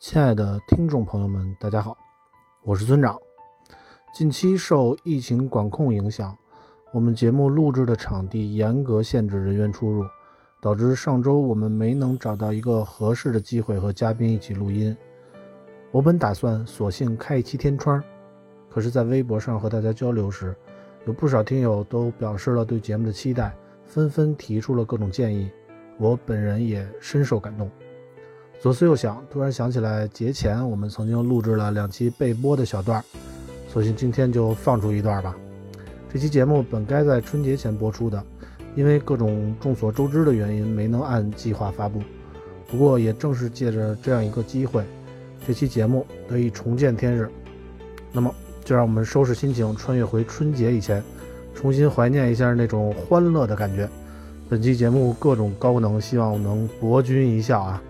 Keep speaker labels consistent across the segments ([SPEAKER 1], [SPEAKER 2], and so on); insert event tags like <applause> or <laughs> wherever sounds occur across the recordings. [SPEAKER 1] 亲爱的听众朋友们，大家好，我是村长。近期受疫情管控影响，我们节目录制的场地严格限制人员出入，导致上周我们没能找到一个合适的机会和嘉宾一起录音。我本打算索性开一期天窗，可是，在微博上和大家交流时，有不少听友都表示了对节目的期待，纷纷提出了各种建议，我本人也深受感动。左思右想，突然想起来节前我们曾经录制了两期备播的小段儿，索性今天就放出一段吧。这期节目本该在春节前播出的，因为各种众所周知的原因，没能按计划发布。不过也正是借着这样一个机会，这期节目得以重见天日。那么，就让我们收拾心情，穿越回春节以前，重新怀念一下那种欢乐的感觉。本期节目各种高能，希望能博君一笑啊！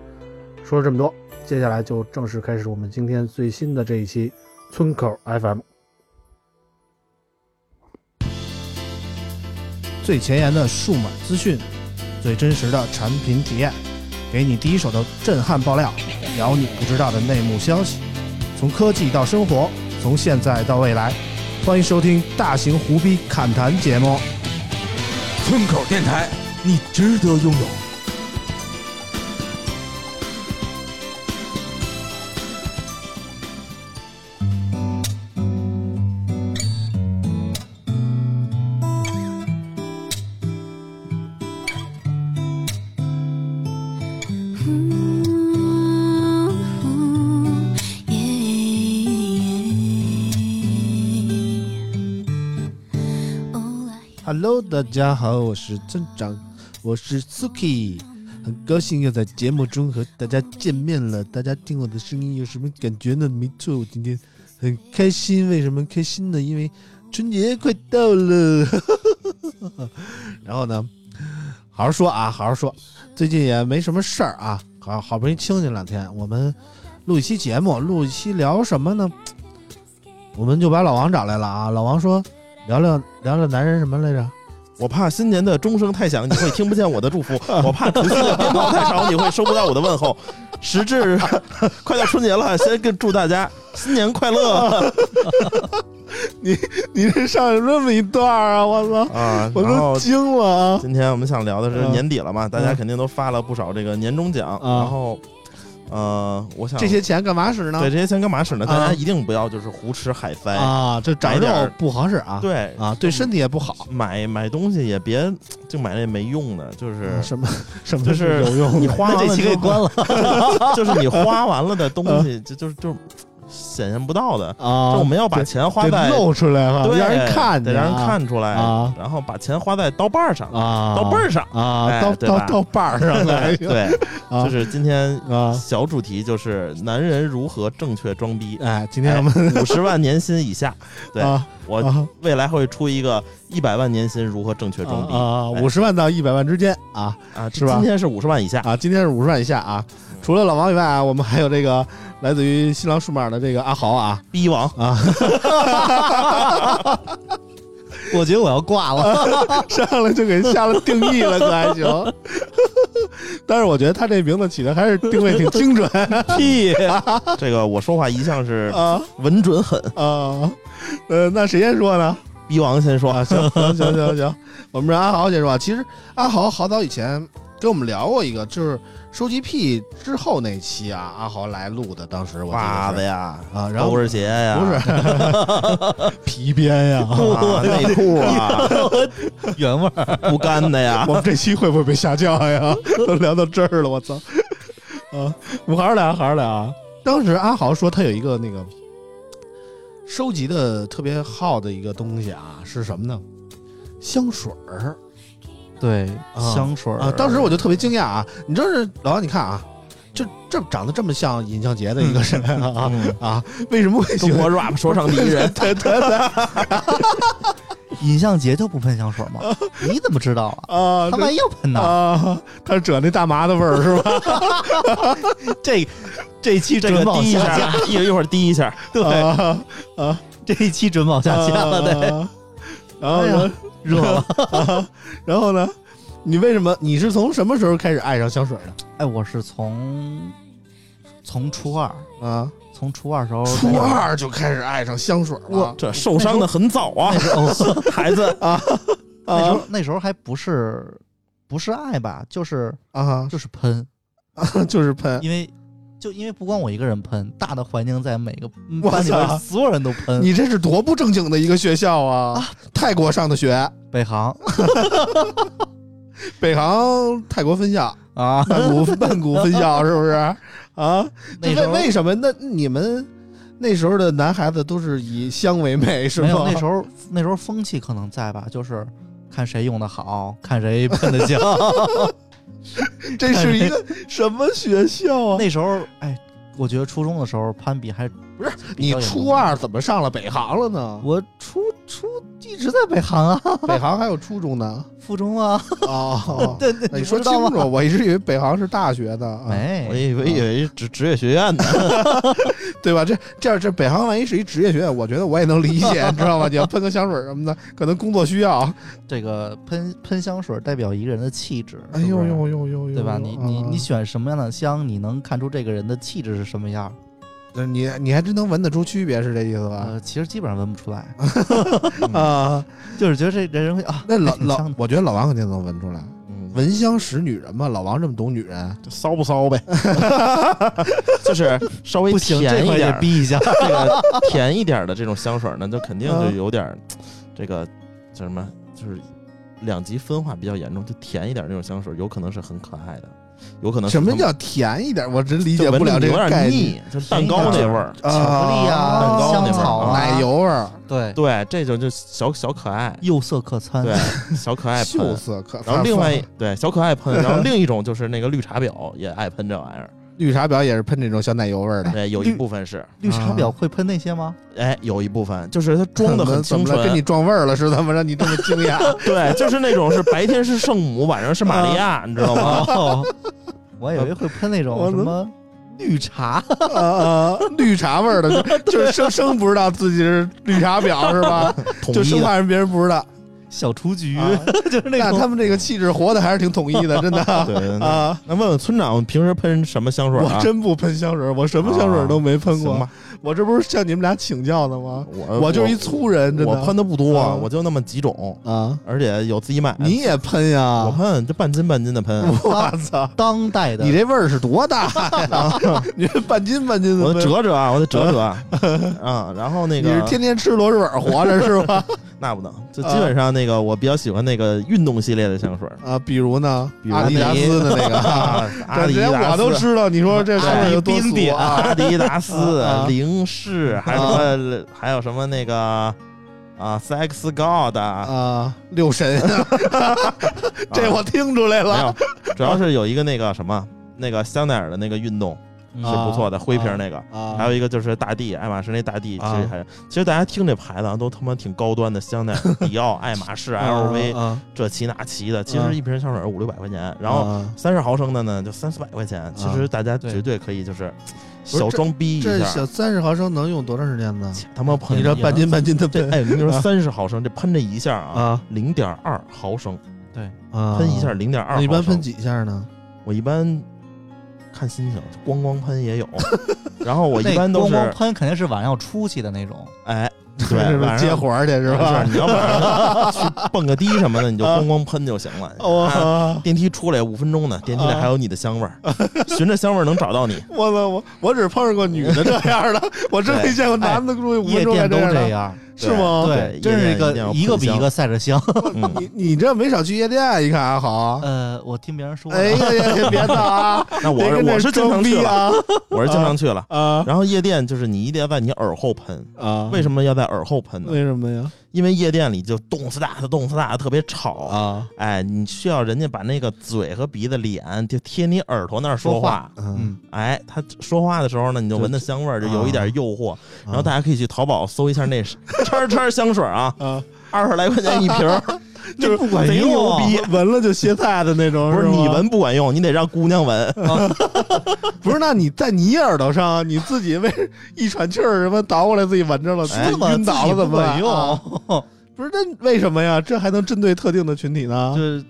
[SPEAKER 1] 说了这么多，接下来就正式开始我们今天最新的这一期村口 FM。
[SPEAKER 2] 最前沿的数码资讯，最真实的产品体验，给你第一手的震撼爆料，聊你不知道的内幕消息。从科技到生活，从现在到未来，欢迎收听大型胡逼侃谈节目。
[SPEAKER 3] 村口电台，你值得拥有。
[SPEAKER 2] Hello，大家好，我是村长，我是 Suki，很高兴又在节目中和大家见面了。大家听我的声音有什么感觉呢？没错，我今天很开心。为什么开心呢？因为春节快到了。 <laughs> 然后呢，好好说啊，好好说。最近也没什么事儿啊，好好不容易清静两天，我们录一期节目，录一期聊什么呢？我们就把老王找来了啊。老王说，聊聊聊聊男人什么来着？
[SPEAKER 4] 我怕新年的钟声太响，你会听不见我的祝福；
[SPEAKER 2] <laughs>
[SPEAKER 4] 我怕除夕的鞭炮太少，你会收不到我的问候。时至 <laughs> 快到春节了，先跟祝大家新年快乐
[SPEAKER 2] <laughs> 你这上有这么一段啊！我操，
[SPEAKER 4] 啊！
[SPEAKER 2] 我
[SPEAKER 4] 然
[SPEAKER 2] 都
[SPEAKER 4] 后
[SPEAKER 2] 惊了啊！
[SPEAKER 4] 今天我们想聊的是
[SPEAKER 2] 嗯
[SPEAKER 4] 年底了嘛，大家肯定都发了不少这个年终奖，
[SPEAKER 2] 啊
[SPEAKER 4] 然后呃，我想
[SPEAKER 2] 这些钱干嘛使呢
[SPEAKER 4] 对？这些钱干嘛使呢？大
[SPEAKER 2] 啊
[SPEAKER 4] 家一定不要就是胡吃海塞，
[SPEAKER 2] 啊，这长
[SPEAKER 4] 买点
[SPEAKER 2] 肉
[SPEAKER 4] 儿
[SPEAKER 2] 不合适啊，
[SPEAKER 4] 对
[SPEAKER 2] 啊，对身体也不好。
[SPEAKER 4] 买买东西也别就买那没用的，就是。
[SPEAKER 2] 什么啊什么
[SPEAKER 4] 就
[SPEAKER 2] 都
[SPEAKER 4] 是
[SPEAKER 2] 有用的？
[SPEAKER 4] 你花完了之后 <laughs>
[SPEAKER 2] 了
[SPEAKER 4] 就是你花完了的东西，就就是就是显现不到的。
[SPEAKER 2] 啊！
[SPEAKER 4] 就我们要把钱花
[SPEAKER 2] 得
[SPEAKER 4] 在
[SPEAKER 2] 露出来哈，
[SPEAKER 4] 对，
[SPEAKER 2] 让人看
[SPEAKER 4] 得
[SPEAKER 2] 见啊，
[SPEAKER 4] 让人看出来
[SPEAKER 2] 啊
[SPEAKER 4] 然后把钱花在刀把儿上，
[SPEAKER 2] 啊，
[SPEAKER 4] 刀背儿上。
[SPEAKER 2] 啊，
[SPEAKER 4] 哎
[SPEAKER 2] 到
[SPEAKER 4] 对
[SPEAKER 2] 到
[SPEAKER 4] 吧
[SPEAKER 2] 到把儿上 <laughs> 来，
[SPEAKER 4] 对，
[SPEAKER 2] 啊
[SPEAKER 4] 就是今天
[SPEAKER 2] 啊，
[SPEAKER 4] 小主题就是男人如何正确装逼。
[SPEAKER 2] 哎，今天我们
[SPEAKER 4] 五十万年薪以下，对
[SPEAKER 2] 啊
[SPEAKER 4] 我
[SPEAKER 2] 啊
[SPEAKER 4] 未来会出一个一百万年薪如何正确装逼
[SPEAKER 2] 啊，
[SPEAKER 4] 哎
[SPEAKER 2] 五十万到一百万之间啊
[SPEAKER 4] 啊？这
[SPEAKER 2] 是吧
[SPEAKER 4] 今天是五十万以下，
[SPEAKER 2] 啊，今天是五十万以下啊。除了老王以外啊，我们还有这个来自于新浪数码的这个阿豪 <laughs> 啊，
[SPEAKER 4] 逼王
[SPEAKER 2] 啊！
[SPEAKER 5] 我觉得我要挂了。
[SPEAKER 2] 上来就给下了定义了，可还行？ <laughs> 但是我觉得他这名字起的还是定位挺精准
[SPEAKER 4] <laughs> 屁！这个我说话一向是
[SPEAKER 2] 啊
[SPEAKER 4] 稳准狠，
[SPEAKER 2] 啊。呃，那谁先说呢？
[SPEAKER 4] 逼王先说
[SPEAKER 2] 啊，行行行行行，我们让阿豪先说啊。其实阿豪好早以前跟我们聊过一个，就是收集癖之后那期啊，阿豪来录的，当时我记
[SPEAKER 4] 袜
[SPEAKER 2] 得
[SPEAKER 4] 子
[SPEAKER 2] 是
[SPEAKER 4] 哎呀，
[SPEAKER 2] 啊，然后
[SPEAKER 4] 高跟鞋呀，
[SPEAKER 2] 不是皮鞭呀、 <laughs>
[SPEAKER 4] 啊内裤啊，
[SPEAKER 5] 原味
[SPEAKER 4] 不干的呀，
[SPEAKER 2] <laughs> 我们这期会不会被下架呀？ <laughs> 都聊到这儿了，我操！啊，我们好好聊，好好聊啊！当时阿豪说他有一个那个收集的特别好的一个东西啊，是什么呢？香水儿
[SPEAKER 5] 对，
[SPEAKER 2] 啊
[SPEAKER 5] 香水儿
[SPEAKER 2] 啊！当时我就特别惊讶啊！你知道是老王，你看啊，就这长得这么像尹相杰的一个人啊、啊，为什么会喜
[SPEAKER 4] 中国
[SPEAKER 2] 欢，
[SPEAKER 4] rap 说唱第一人
[SPEAKER 2] <laughs> 他他他
[SPEAKER 5] 尹相杰就不喷香水
[SPEAKER 2] <laughs>
[SPEAKER 5] 吗？你怎么知道啊？
[SPEAKER 2] 啊？
[SPEAKER 5] 他万一要喷呢？
[SPEAKER 2] 啊，他褶那大麻的味儿是吧？
[SPEAKER 5] <laughs> 这这期
[SPEAKER 4] 这
[SPEAKER 5] 准
[SPEAKER 4] 个
[SPEAKER 5] 往
[SPEAKER 4] 滴一
[SPEAKER 5] 下架，
[SPEAKER 4] 下， <laughs> 一一会儿滴一下，
[SPEAKER 5] 对，
[SPEAKER 2] 啊
[SPEAKER 5] 这一期准往下架了，得
[SPEAKER 2] 啊然后
[SPEAKER 5] 哎
[SPEAKER 2] 呢
[SPEAKER 5] 呀？热了。
[SPEAKER 2] <laughs> 然后呢？你为什么？你是从什么时候开始爱上香水的？
[SPEAKER 5] 哎哎，我是从从初二，
[SPEAKER 2] 啊，
[SPEAKER 5] 从初二时候，
[SPEAKER 2] 初二就开始爱上香水了
[SPEAKER 4] 这受伤的很早啊， <laughs> 孩子，
[SPEAKER 5] 那时
[SPEAKER 2] 啊
[SPEAKER 5] 候那时候还不是不是爱吧，就是
[SPEAKER 2] 啊
[SPEAKER 5] 就是喷，
[SPEAKER 2] 啊， <laughs> 就是喷，
[SPEAKER 5] 因为就因为不光我一个人喷，大的环境在每个
[SPEAKER 2] 我
[SPEAKER 5] 班里
[SPEAKER 2] 操
[SPEAKER 5] 边所有人都喷。
[SPEAKER 2] 你这是多不正经的一个学校啊！泰国上的学，
[SPEAKER 5] 北航
[SPEAKER 2] 北航泰国分校，
[SPEAKER 5] 啊，
[SPEAKER 2] 曼谷曼谷分校是不是？啊，
[SPEAKER 5] 那
[SPEAKER 2] 这
[SPEAKER 5] 时
[SPEAKER 2] 为
[SPEAKER 5] 候
[SPEAKER 2] 为什么？那你们那时候的男孩子都是以香为美是
[SPEAKER 5] 没有
[SPEAKER 2] 吗？
[SPEAKER 5] 那时候那时候风气可能在吧，就是看谁用的好，看谁喷的
[SPEAKER 2] <laughs>
[SPEAKER 5] 香。
[SPEAKER 2] 这是一个
[SPEAKER 5] <laughs>
[SPEAKER 2] 什么学校啊？
[SPEAKER 5] 那时候哎，我觉得初中的时候攀比还不
[SPEAKER 2] 是你初，二怎么上了北航了呢？
[SPEAKER 5] 我初初一直在北航啊，
[SPEAKER 2] 北航还有初
[SPEAKER 5] <laughs>
[SPEAKER 2] 中呢。
[SPEAKER 5] 附中啊，
[SPEAKER 2] 哦，
[SPEAKER 5] <laughs> 对对，
[SPEAKER 2] 你说
[SPEAKER 5] 不知
[SPEAKER 2] 清
[SPEAKER 5] 道吗哎
[SPEAKER 2] 楚，我一直以为北航是大学的，啊，
[SPEAKER 5] 没
[SPEAKER 4] 我以为以为职职业学院呢，
[SPEAKER 2] 对吧？这这样这北航万一是一职业学院，我觉得我也能
[SPEAKER 5] <laughs>
[SPEAKER 2] 理解，你知道吗？你要喷个香水什么的，可能工作需要。
[SPEAKER 5] 这个喷喷香水代表一个人的气质，
[SPEAKER 2] 哎
[SPEAKER 5] 是
[SPEAKER 2] 呦
[SPEAKER 5] 不是
[SPEAKER 2] 呦呦呦呦，
[SPEAKER 5] 对吧？你你
[SPEAKER 2] 啊
[SPEAKER 5] 你选什么样的香，你能看出这个人的气质是什么样。
[SPEAKER 2] 那你你还真能闻得出区别，是这意思吧？
[SPEAKER 5] 呃，其实基本上闻不出来，嗯
[SPEAKER 2] <laughs> 啊，
[SPEAKER 5] 就是觉得这这人会啊，
[SPEAKER 2] 那
[SPEAKER 5] <laughs>
[SPEAKER 2] 老
[SPEAKER 5] 哎挺
[SPEAKER 2] 老
[SPEAKER 5] 香，的
[SPEAKER 2] 我觉得老王肯定能闻出来，
[SPEAKER 4] 嗯
[SPEAKER 2] 闻香识女人嘛。老王这么懂女人，
[SPEAKER 4] 骚不骚呗？就是稍
[SPEAKER 2] <laughs>
[SPEAKER 4] 微
[SPEAKER 5] 不行，
[SPEAKER 4] 甜
[SPEAKER 5] 这
[SPEAKER 4] 一
[SPEAKER 5] 块
[SPEAKER 4] 点
[SPEAKER 5] 得
[SPEAKER 4] 儿，
[SPEAKER 5] 逼一下。
[SPEAKER 4] 这个 <laughs> 甜一点的这种香水呢，就肯定
[SPEAKER 2] 嗯
[SPEAKER 4] 就有点儿这个叫什么，就是两极分化比较严重。就甜一点那种香水，有可能是很可爱的，有可能是
[SPEAKER 2] 啊什么
[SPEAKER 4] 很
[SPEAKER 2] 叫甜一点？我真理
[SPEAKER 4] 就
[SPEAKER 2] 解
[SPEAKER 4] 闻
[SPEAKER 2] 不
[SPEAKER 4] 着
[SPEAKER 2] 了这
[SPEAKER 4] 有
[SPEAKER 2] 个
[SPEAKER 4] 点
[SPEAKER 2] 概念。
[SPEAKER 4] 腻，就是蛋糕那味儿。
[SPEAKER 5] 巧
[SPEAKER 2] 啊
[SPEAKER 5] 克力啊
[SPEAKER 4] 蛋糕那味儿
[SPEAKER 5] 香草啊，
[SPEAKER 2] 奶油味儿，
[SPEAKER 5] 对，
[SPEAKER 4] 对，这种就小小可
[SPEAKER 2] <laughs>
[SPEAKER 4] 爱，
[SPEAKER 5] 釉色可餐，
[SPEAKER 4] 对，小可爱
[SPEAKER 2] 秀
[SPEAKER 4] 喷。
[SPEAKER 2] 色可。
[SPEAKER 4] 然后另外一对小可爱喷，然
[SPEAKER 2] <laughs>
[SPEAKER 4] 后另一种就是那个绿茶婊也爱喷这玩意儿，
[SPEAKER 2] 绿茶婊也是喷这种小奶油味儿的，
[SPEAKER 4] 对，有一部分是，
[SPEAKER 5] 绿茶婊会喷那些吗？
[SPEAKER 4] 哎，有一部分就是它装的很
[SPEAKER 2] <laughs> 怎
[SPEAKER 4] 清
[SPEAKER 2] 么了？跟
[SPEAKER 4] 纯
[SPEAKER 2] 你，撞味儿了是怎么着？你这么惊 <laughs> 讶？
[SPEAKER 4] 对，就是那种是白天是圣母，晚上是玛利
[SPEAKER 2] 啊
[SPEAKER 4] 亚，你知道吗？
[SPEAKER 5] 哦，我以为会喷那
[SPEAKER 2] 我
[SPEAKER 5] 种什么绿茶，
[SPEAKER 2] 啊啊！绿茶味儿的， <laughs> 就就是生生不知道自己是绿茶婊 <laughs> 是吧？
[SPEAKER 4] <laughs> 统
[SPEAKER 2] 就
[SPEAKER 4] 一
[SPEAKER 2] 生
[SPEAKER 4] 的，
[SPEAKER 2] 怕人别人不知道。
[SPEAKER 5] 小雏菊，
[SPEAKER 2] 啊
[SPEAKER 5] <laughs> 就是那
[SPEAKER 2] 那
[SPEAKER 5] 种。
[SPEAKER 2] 他们这个气质活的还是挺统一的，真 <laughs> 的
[SPEAKER 4] 对对对。
[SPEAKER 2] 啊！
[SPEAKER 4] 那问问村长平时喷什么香水
[SPEAKER 2] 我
[SPEAKER 4] 啊？
[SPEAKER 2] 真不喷香水，我什么香水都没喷
[SPEAKER 4] 行
[SPEAKER 2] 过
[SPEAKER 4] 吧。
[SPEAKER 2] 我这不是向你们俩请教呢吗？
[SPEAKER 4] 我
[SPEAKER 2] 我就是一粗人，真的。
[SPEAKER 4] 我喷的不多，
[SPEAKER 2] 啊
[SPEAKER 4] 我就那么几种，
[SPEAKER 2] 啊，
[SPEAKER 4] 而且有自己买的。
[SPEAKER 2] 你也喷呀？
[SPEAKER 4] 我喷就半斤半斤的喷，啊
[SPEAKER 2] 我
[SPEAKER 4] <laughs>
[SPEAKER 2] 操！
[SPEAKER 5] 当代的
[SPEAKER 2] 你这味儿是多大呀？ <laughs> 你这半斤半斤的
[SPEAKER 4] 我
[SPEAKER 2] 喷
[SPEAKER 4] 得折折啊，我得折折啊。 <laughs> 啊然后那
[SPEAKER 2] 你是
[SPEAKER 4] 个
[SPEAKER 2] 天啊天吃螺蛳粉活着
[SPEAKER 4] <laughs>
[SPEAKER 2] 是吧？
[SPEAKER 4] 那不能，就基本上那个我比较喜欢那个运动系列的香水，
[SPEAKER 2] 啊，比如呢
[SPEAKER 4] 比，如
[SPEAKER 2] 阿迪达
[SPEAKER 4] <laughs>
[SPEAKER 2] 斯的那个， <laughs>
[SPEAKER 4] 啊，阿迪
[SPEAKER 2] 这
[SPEAKER 4] 达
[SPEAKER 2] 连
[SPEAKER 4] 斯
[SPEAKER 2] 我都知道。你说这
[SPEAKER 4] 对
[SPEAKER 2] 味有多
[SPEAKER 4] 宾
[SPEAKER 2] 俗
[SPEAKER 4] 迪 <laughs>
[SPEAKER 2] 啊？
[SPEAKER 4] 阿迪达斯
[SPEAKER 2] <laughs> 啊啊、
[SPEAKER 4] 零式，还有什么还有什么那个啊，Sex God 啊，
[SPEAKER 2] 啊，六神， <laughs> 这我听出来
[SPEAKER 4] 没
[SPEAKER 2] 了。
[SPEAKER 4] 有，主要是有一个那个什么，那个香奈儿的那个运动
[SPEAKER 5] 嗯
[SPEAKER 4] 是不错的，灰瓶那个。
[SPEAKER 2] 啊，
[SPEAKER 4] 还有一个就是大地，爱马仕那大地，其
[SPEAKER 2] 啊
[SPEAKER 4] 实还其实大家听这牌子好像都他妈挺高端的，香奈儿、迪奥、爱马仕、LV
[SPEAKER 2] <laughs> 啊
[SPEAKER 4] 这齐那齐的，其
[SPEAKER 2] 啊
[SPEAKER 4] 实一瓶香水五六百块钱，然后
[SPEAKER 2] 啊
[SPEAKER 4] 三十毫升的呢就三四百块钱，其实大家
[SPEAKER 5] 对
[SPEAKER 4] 绝对可以就是
[SPEAKER 2] 是
[SPEAKER 4] 小装逼一
[SPEAKER 2] 这
[SPEAKER 4] 下
[SPEAKER 2] 小，三十毫升能用多长时间呢？
[SPEAKER 4] 他妈喷
[SPEAKER 2] 你这半斤半斤的
[SPEAKER 4] 这
[SPEAKER 2] 喷
[SPEAKER 4] 哎，你说三十毫升，这喷这一下啊，
[SPEAKER 2] 啊
[SPEAKER 4] 零点二毫升，
[SPEAKER 2] 啊，
[SPEAKER 4] 喷一下零点二。
[SPEAKER 2] 那一般喷？几下呢？
[SPEAKER 4] 我一般看心情，咣咣喷也
[SPEAKER 2] <laughs>
[SPEAKER 4] 有。然后我
[SPEAKER 5] 那
[SPEAKER 4] 一般都
[SPEAKER 5] 光光
[SPEAKER 4] 是
[SPEAKER 5] 喷肯定是晚上要出去的那种，
[SPEAKER 2] <laughs>
[SPEAKER 4] 哎，
[SPEAKER 2] 是
[SPEAKER 4] 对，
[SPEAKER 2] 不是
[SPEAKER 4] 晚
[SPEAKER 2] 接
[SPEAKER 4] 上
[SPEAKER 2] 活儿去是
[SPEAKER 4] 是
[SPEAKER 2] 吧？
[SPEAKER 4] 你要晚
[SPEAKER 2] <laughs>
[SPEAKER 4] 上去蹦个迪什么的，你就咣咣喷就行了。
[SPEAKER 2] 哦
[SPEAKER 4] 啊
[SPEAKER 2] <laughs> 哇！
[SPEAKER 4] 电梯出来五分钟呢，电梯
[SPEAKER 2] 啊
[SPEAKER 4] 里还有你的香味儿， <laughs> 循着香味儿能找到
[SPEAKER 2] <laughs>
[SPEAKER 4] 你。
[SPEAKER 2] 我操我我只碰上过女的这样的，我真没见过男
[SPEAKER 4] 哎
[SPEAKER 2] 的出去五
[SPEAKER 5] 夜
[SPEAKER 2] 分钟
[SPEAKER 5] 店
[SPEAKER 2] 还
[SPEAKER 5] 都
[SPEAKER 2] 样
[SPEAKER 5] 这
[SPEAKER 2] 的，哦
[SPEAKER 5] 样。
[SPEAKER 2] 是吗？
[SPEAKER 4] 对
[SPEAKER 5] 对，真是一
[SPEAKER 4] 夜店
[SPEAKER 5] 个
[SPEAKER 4] 一定要
[SPEAKER 5] 一个比一个晒着香。
[SPEAKER 4] 嗯，
[SPEAKER 2] 你你这没少去夜店，一看还好啊。
[SPEAKER 5] 呃，我听别人说的，
[SPEAKER 2] 哎呀呀，呀，别闹啊！
[SPEAKER 4] 那 <laughs> 我
[SPEAKER 2] 别
[SPEAKER 4] 是
[SPEAKER 2] 跟这
[SPEAKER 4] 我是经
[SPEAKER 2] 装
[SPEAKER 4] 常去
[SPEAKER 2] 逼
[SPEAKER 4] 了，
[SPEAKER 2] 啊
[SPEAKER 4] 我是经常去了。<laughs>
[SPEAKER 2] 啊
[SPEAKER 4] 然后夜店就是你一定要在你耳后喷，
[SPEAKER 2] 啊！
[SPEAKER 4] 为什么要在耳后喷呢？
[SPEAKER 2] 为什么呀？
[SPEAKER 4] 因为夜店里就动次打次、动次打次，特别吵。
[SPEAKER 2] 啊，
[SPEAKER 4] 哎，你需要人家把那个嘴和鼻子、脸就贴你耳朵那儿说话。
[SPEAKER 2] 嗯，
[SPEAKER 5] 嗯，
[SPEAKER 4] 哎，他说话的时候呢，你就闻着香味儿，就有一点诱惑。然后大家可以去淘宝搜一下那 <laughs> 叉叉香水啊，
[SPEAKER 2] 啊
[SPEAKER 4] 二十来块钱一瓶儿， <laughs> 就是不
[SPEAKER 5] 管
[SPEAKER 4] 贼
[SPEAKER 5] 用
[SPEAKER 4] 牛逼。
[SPEAKER 2] 哎闻了就歇菜的那种，
[SPEAKER 4] 哎不是
[SPEAKER 2] 是吗
[SPEAKER 4] 你，闻不管用，你得让姑娘闻。
[SPEAKER 2] 不是那你在你耳朵上，你自己为一喘气儿什么倒过来，自己闻着了，
[SPEAKER 4] 哎
[SPEAKER 2] 自己晕倒了怎么办？啊
[SPEAKER 5] 用？ <laughs>
[SPEAKER 2] 不是这为什么呀？这还能针对特定的群体呢？
[SPEAKER 4] 就是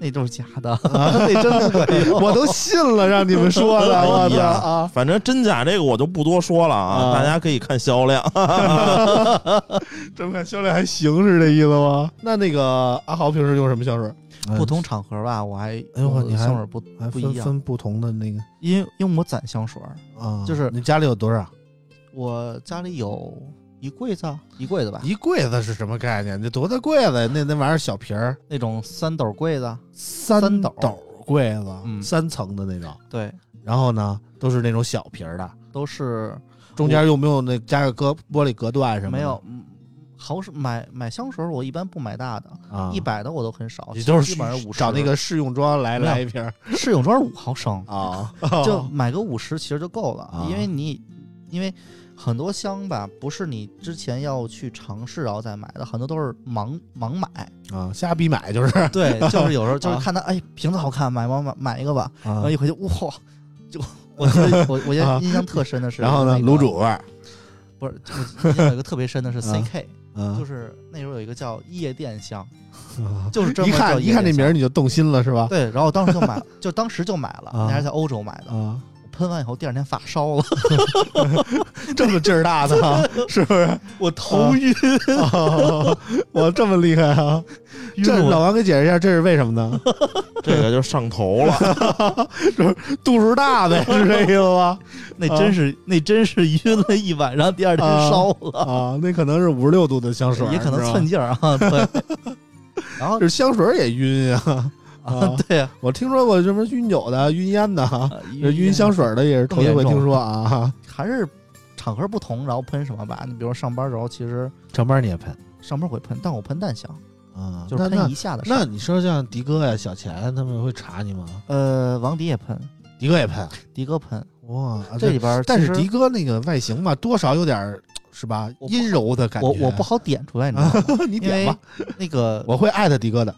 [SPEAKER 5] 那都是假的，那真的没 <laughs> 有。
[SPEAKER 2] 我都信了，让你们说的，我操啊！
[SPEAKER 4] 反正真假这个我就不多说了啊，
[SPEAKER 2] 啊
[SPEAKER 4] 大家可以看销量。
[SPEAKER 2] 这么看销量还行是这意思吗？那那个阿豪平时用什么香水？
[SPEAKER 5] 不同场合吧，我还
[SPEAKER 2] 嗯哎呦
[SPEAKER 5] 用的
[SPEAKER 2] 你还
[SPEAKER 5] 香水不
[SPEAKER 2] 还
[SPEAKER 5] 不
[SPEAKER 2] 分
[SPEAKER 5] 一样
[SPEAKER 2] 分不同的那个
[SPEAKER 5] 因为因为我攒香水儿，
[SPEAKER 2] 啊，
[SPEAKER 5] 就是
[SPEAKER 2] 你家里有多少？
[SPEAKER 5] 我家里有一柜子啊，一柜子吧，
[SPEAKER 2] 一柜子是什么概念？这多大柜子呀？那那玩意儿小瓶儿，
[SPEAKER 5] 那种三斗柜子，
[SPEAKER 2] 三
[SPEAKER 5] 三斗
[SPEAKER 2] 斗柜子，
[SPEAKER 5] 嗯
[SPEAKER 2] 三层的那种。
[SPEAKER 5] 对，
[SPEAKER 2] 然后呢，都是那种小瓶儿的，
[SPEAKER 5] 都是
[SPEAKER 2] 中间有没有那加个隔玻璃隔断什么的？
[SPEAKER 5] 没有。嗯好是买买香水，我一般不买大的，
[SPEAKER 2] 啊，
[SPEAKER 5] 一。百的我都很少，
[SPEAKER 2] 你都是
[SPEAKER 5] 基本上五十。
[SPEAKER 2] 找那个试用装来
[SPEAKER 5] 没有
[SPEAKER 2] 来一瓶儿
[SPEAKER 5] 试用装五毫
[SPEAKER 2] <laughs>
[SPEAKER 5] 升，
[SPEAKER 2] 啊，
[SPEAKER 5] 就买个五十其实就够了，
[SPEAKER 2] 啊
[SPEAKER 5] 因为你因为很多香吧，不是你之前要去尝试然后再买的，很多都是盲盲买。
[SPEAKER 2] 啊，瞎逼买就是
[SPEAKER 5] 对，就是有时
[SPEAKER 2] <laughs>
[SPEAKER 5] 候就
[SPEAKER 2] 啊
[SPEAKER 5] 是看它，哎，瓶子好看，买吧买买一个吧，然
[SPEAKER 2] 啊
[SPEAKER 5] 后一回去，哇，就我记得我我记
[SPEAKER 2] 啊
[SPEAKER 5] 得印象特深的是，
[SPEAKER 2] <laughs> 然后呢，
[SPEAKER 5] 那个
[SPEAKER 2] 卤煮味儿，
[SPEAKER 5] 不是，我印象有一个特别深的是 CK，
[SPEAKER 2] 嗯
[SPEAKER 5] 就，是那时候有一个叫夜店香，
[SPEAKER 2] 啊
[SPEAKER 5] 就是专
[SPEAKER 2] 一
[SPEAKER 5] 门叫
[SPEAKER 2] 看
[SPEAKER 5] 夜
[SPEAKER 2] 一看这
[SPEAKER 5] 店
[SPEAKER 2] 名
[SPEAKER 5] 香
[SPEAKER 2] 儿你就动心了是吧？
[SPEAKER 5] 对，然后当时就买，就当时就买了，那
[SPEAKER 2] 啊
[SPEAKER 5] 还是在欧洲买的，
[SPEAKER 2] 啊，
[SPEAKER 5] 喷完以后第二天发烧了，
[SPEAKER 2] <laughs> 这么劲儿大的
[SPEAKER 5] <laughs>
[SPEAKER 2] 啊，是不是？
[SPEAKER 5] 我头晕，
[SPEAKER 2] 啊我这么厉害啊！
[SPEAKER 5] 晕
[SPEAKER 2] 这
[SPEAKER 5] 我
[SPEAKER 2] 老王给解释一下，这是为什么呢？
[SPEAKER 4] <laughs> 这个就上头了， <laughs>
[SPEAKER 2] 度数大呗，是这意思吧？
[SPEAKER 5] 那真是那真是晕了一晚上，第二天烧了，
[SPEAKER 2] 啊，那可能是五十六度的香水儿，
[SPEAKER 5] 也可能
[SPEAKER 2] 是吧
[SPEAKER 5] 寸劲儿啊，对。然后
[SPEAKER 2] 这香水儿也晕啊！啊
[SPEAKER 5] 啊， <laughs> 对呀，
[SPEAKER 2] 我听说过什么晕酒的、晕烟的，啊
[SPEAKER 5] 呃
[SPEAKER 2] 这晕香水儿的也是头一回听说啊。
[SPEAKER 5] 还是场合不同，然后喷什么吧。你比如说上班的时候，其实
[SPEAKER 2] 上班你也喷
[SPEAKER 5] 上班会喷，但我喷淡香，
[SPEAKER 2] 啊？
[SPEAKER 5] 嗯就是
[SPEAKER 2] 那
[SPEAKER 5] 喷一下的事儿。
[SPEAKER 2] 那你说像迪哥呀、小钱他们会查你吗？
[SPEAKER 5] 呃，王迪也喷，
[SPEAKER 2] 迪哥也喷
[SPEAKER 5] 迪哥喷，
[SPEAKER 2] 哇，啊
[SPEAKER 5] 这里边
[SPEAKER 2] 但是
[SPEAKER 5] 其实
[SPEAKER 2] 迪哥那个外形嘛，多少有点儿是吧
[SPEAKER 5] 我不
[SPEAKER 2] 阴柔的感觉。
[SPEAKER 5] 我我不好点出来，你知道吗？
[SPEAKER 2] 不，你
[SPEAKER 5] 因
[SPEAKER 2] 点
[SPEAKER 5] 为
[SPEAKER 2] 吧，
[SPEAKER 5] 那个
[SPEAKER 2] 我会艾特迪哥的。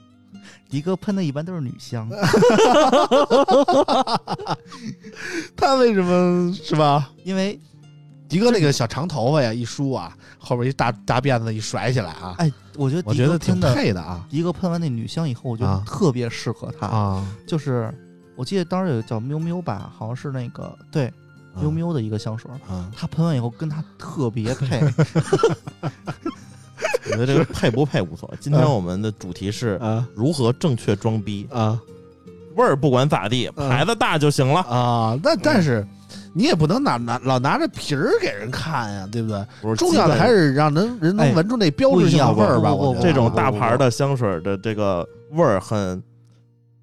[SPEAKER 5] 迪哥喷的一般都是女香，
[SPEAKER 2] <laughs> 啊他为什么
[SPEAKER 5] <laughs>
[SPEAKER 2] 是吧？
[SPEAKER 5] 因为
[SPEAKER 2] 迪哥那个小长头发呀，一梳啊，后边一大大辫子一甩起来啊，
[SPEAKER 5] 哎，我觉得
[SPEAKER 2] 我
[SPEAKER 5] 迪
[SPEAKER 2] 觉
[SPEAKER 5] 哥
[SPEAKER 2] 得挺
[SPEAKER 5] 喷的，
[SPEAKER 2] 配的啊
[SPEAKER 5] 迪哥喷完那女香以后，我觉得
[SPEAKER 2] 啊
[SPEAKER 5] 特别适合他，
[SPEAKER 2] 啊！
[SPEAKER 5] 就是我记得当时有叫喵喵吧，好像是那个对喵喵的一个香水。
[SPEAKER 2] 啊，
[SPEAKER 5] 他喷完以后跟他特别配，
[SPEAKER 4] 我觉得这个配不配无所谓。今天我们的主题是
[SPEAKER 2] <laughs> 啊
[SPEAKER 4] 如何正确装逼，
[SPEAKER 2] 啊
[SPEAKER 4] 味儿不管咋地，
[SPEAKER 2] 嗯
[SPEAKER 4] 牌子大就行了。
[SPEAKER 2] 啊！但但是你也不能拿拿老拿着皮儿给人看呀，对不对？
[SPEAKER 4] 不是
[SPEAKER 2] 重要的还是让人人能
[SPEAKER 5] 哎
[SPEAKER 2] 闻出那标志性的味儿吧？
[SPEAKER 5] 不不不
[SPEAKER 2] 我觉得啊
[SPEAKER 4] 这种大牌的香水的这个味儿很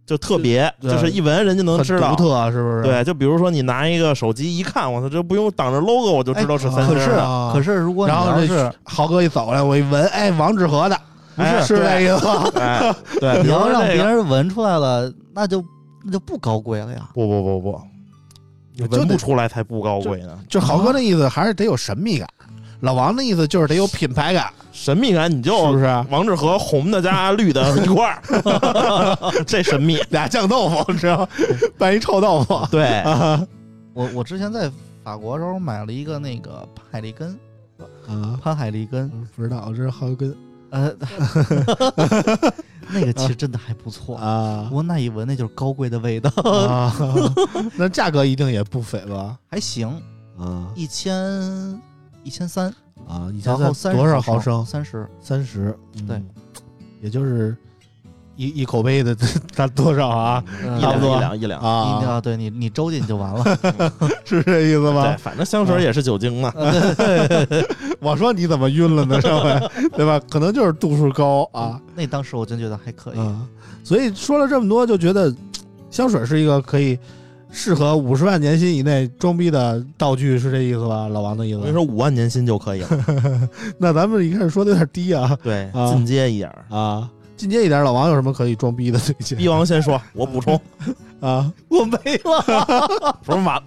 [SPEAKER 4] 就特别，
[SPEAKER 2] 对
[SPEAKER 4] 就是一闻人就能
[SPEAKER 2] 很
[SPEAKER 4] 知道
[SPEAKER 2] 独。特，是不是？
[SPEAKER 4] 对，就比如说你拿一个手机一看，我操，这不用挡着 logo 我就知道是三
[SPEAKER 2] 可
[SPEAKER 4] 星
[SPEAKER 2] 是
[SPEAKER 4] 儿的。
[SPEAKER 2] 啊
[SPEAKER 5] 可是如果你
[SPEAKER 2] 然后
[SPEAKER 5] 要
[SPEAKER 2] 这
[SPEAKER 5] 是
[SPEAKER 2] 豪哥一走来，我一闻，哎，王致和的，
[SPEAKER 4] 不是
[SPEAKER 2] 是这
[SPEAKER 4] 对
[SPEAKER 2] 意思吧？
[SPEAKER 4] 哎，对，比
[SPEAKER 5] 你
[SPEAKER 4] 如
[SPEAKER 5] 要
[SPEAKER 4] 说
[SPEAKER 5] 让
[SPEAKER 4] 这
[SPEAKER 5] 别
[SPEAKER 4] 个，
[SPEAKER 5] 人闻出来了，那就那就不高贵了呀。
[SPEAKER 4] 不不不不，你
[SPEAKER 2] 就
[SPEAKER 4] 闻
[SPEAKER 2] 得
[SPEAKER 4] 不出来才不高贵呢。
[SPEAKER 2] <laughs> 就豪哥那意思还是得有神秘感，老王的意思就是得有品牌感，
[SPEAKER 4] 神秘感你
[SPEAKER 2] 是不？
[SPEAKER 4] 就是 <laughs> 王致和红的加绿的一块儿，
[SPEAKER 2] <laughs>
[SPEAKER 4] 这神秘。
[SPEAKER 2] 俩酱豆腐，你知道吗，拌一臭豆腐
[SPEAKER 4] 对，
[SPEAKER 2] 啊
[SPEAKER 5] 我我之前在法国时候买了一个那个潘海利根，
[SPEAKER 2] 啊！
[SPEAKER 5] 潘海利根，
[SPEAKER 2] 不知道，我这是豪哥
[SPEAKER 5] 呃，那个其实真的还不错。
[SPEAKER 2] 啊
[SPEAKER 5] 不过那一闻那就是高贵的味道，
[SPEAKER 2] 啊！那价格一定也不菲吧？
[SPEAKER 5] <laughs> 还行，
[SPEAKER 2] 啊
[SPEAKER 5] 一千一千三，
[SPEAKER 2] 啊！以
[SPEAKER 5] 然
[SPEAKER 2] 前
[SPEAKER 5] 后
[SPEAKER 2] 才
[SPEAKER 5] 三
[SPEAKER 2] 多少毫升？
[SPEAKER 5] 三十，
[SPEAKER 2] 三十，嗯
[SPEAKER 5] 对，
[SPEAKER 2] 也就是一一口杯的， <laughs> 它多少啊？
[SPEAKER 5] 嗯
[SPEAKER 4] 一
[SPEAKER 2] 差不
[SPEAKER 4] 两
[SPEAKER 2] 多
[SPEAKER 4] 一两一两。
[SPEAKER 5] 你
[SPEAKER 2] 啊，
[SPEAKER 5] 啊，对你你周进就完
[SPEAKER 2] <laughs>
[SPEAKER 5] 了。
[SPEAKER 2] 是这意思吗
[SPEAKER 4] 对，？反正香水也是酒精嘛。
[SPEAKER 2] 我说你怎么
[SPEAKER 5] <laughs>
[SPEAKER 2] 晕了呢？上回对吧？可能就是度数高啊。
[SPEAKER 5] 那当时我真觉得还嗯可以，
[SPEAKER 2] 啊，所以说了这么多，就觉得香水是一个可以适合五十万年薪以内装逼的道具，是这意思吧？老王的意
[SPEAKER 4] 我跟你
[SPEAKER 2] 思。
[SPEAKER 4] 说，五万年薪就可以了。 <laughs>
[SPEAKER 2] 那咱们一开始说的有点低啊
[SPEAKER 4] 对
[SPEAKER 2] 啊，
[SPEAKER 4] 进阶一点 <laughs> 儿。
[SPEAKER 2] 啊，进阶一点，老王有什么可以装逼的推荐
[SPEAKER 4] 逼王先说，我补充，
[SPEAKER 2] 啊？
[SPEAKER 5] 我没了，
[SPEAKER 4] 不是马，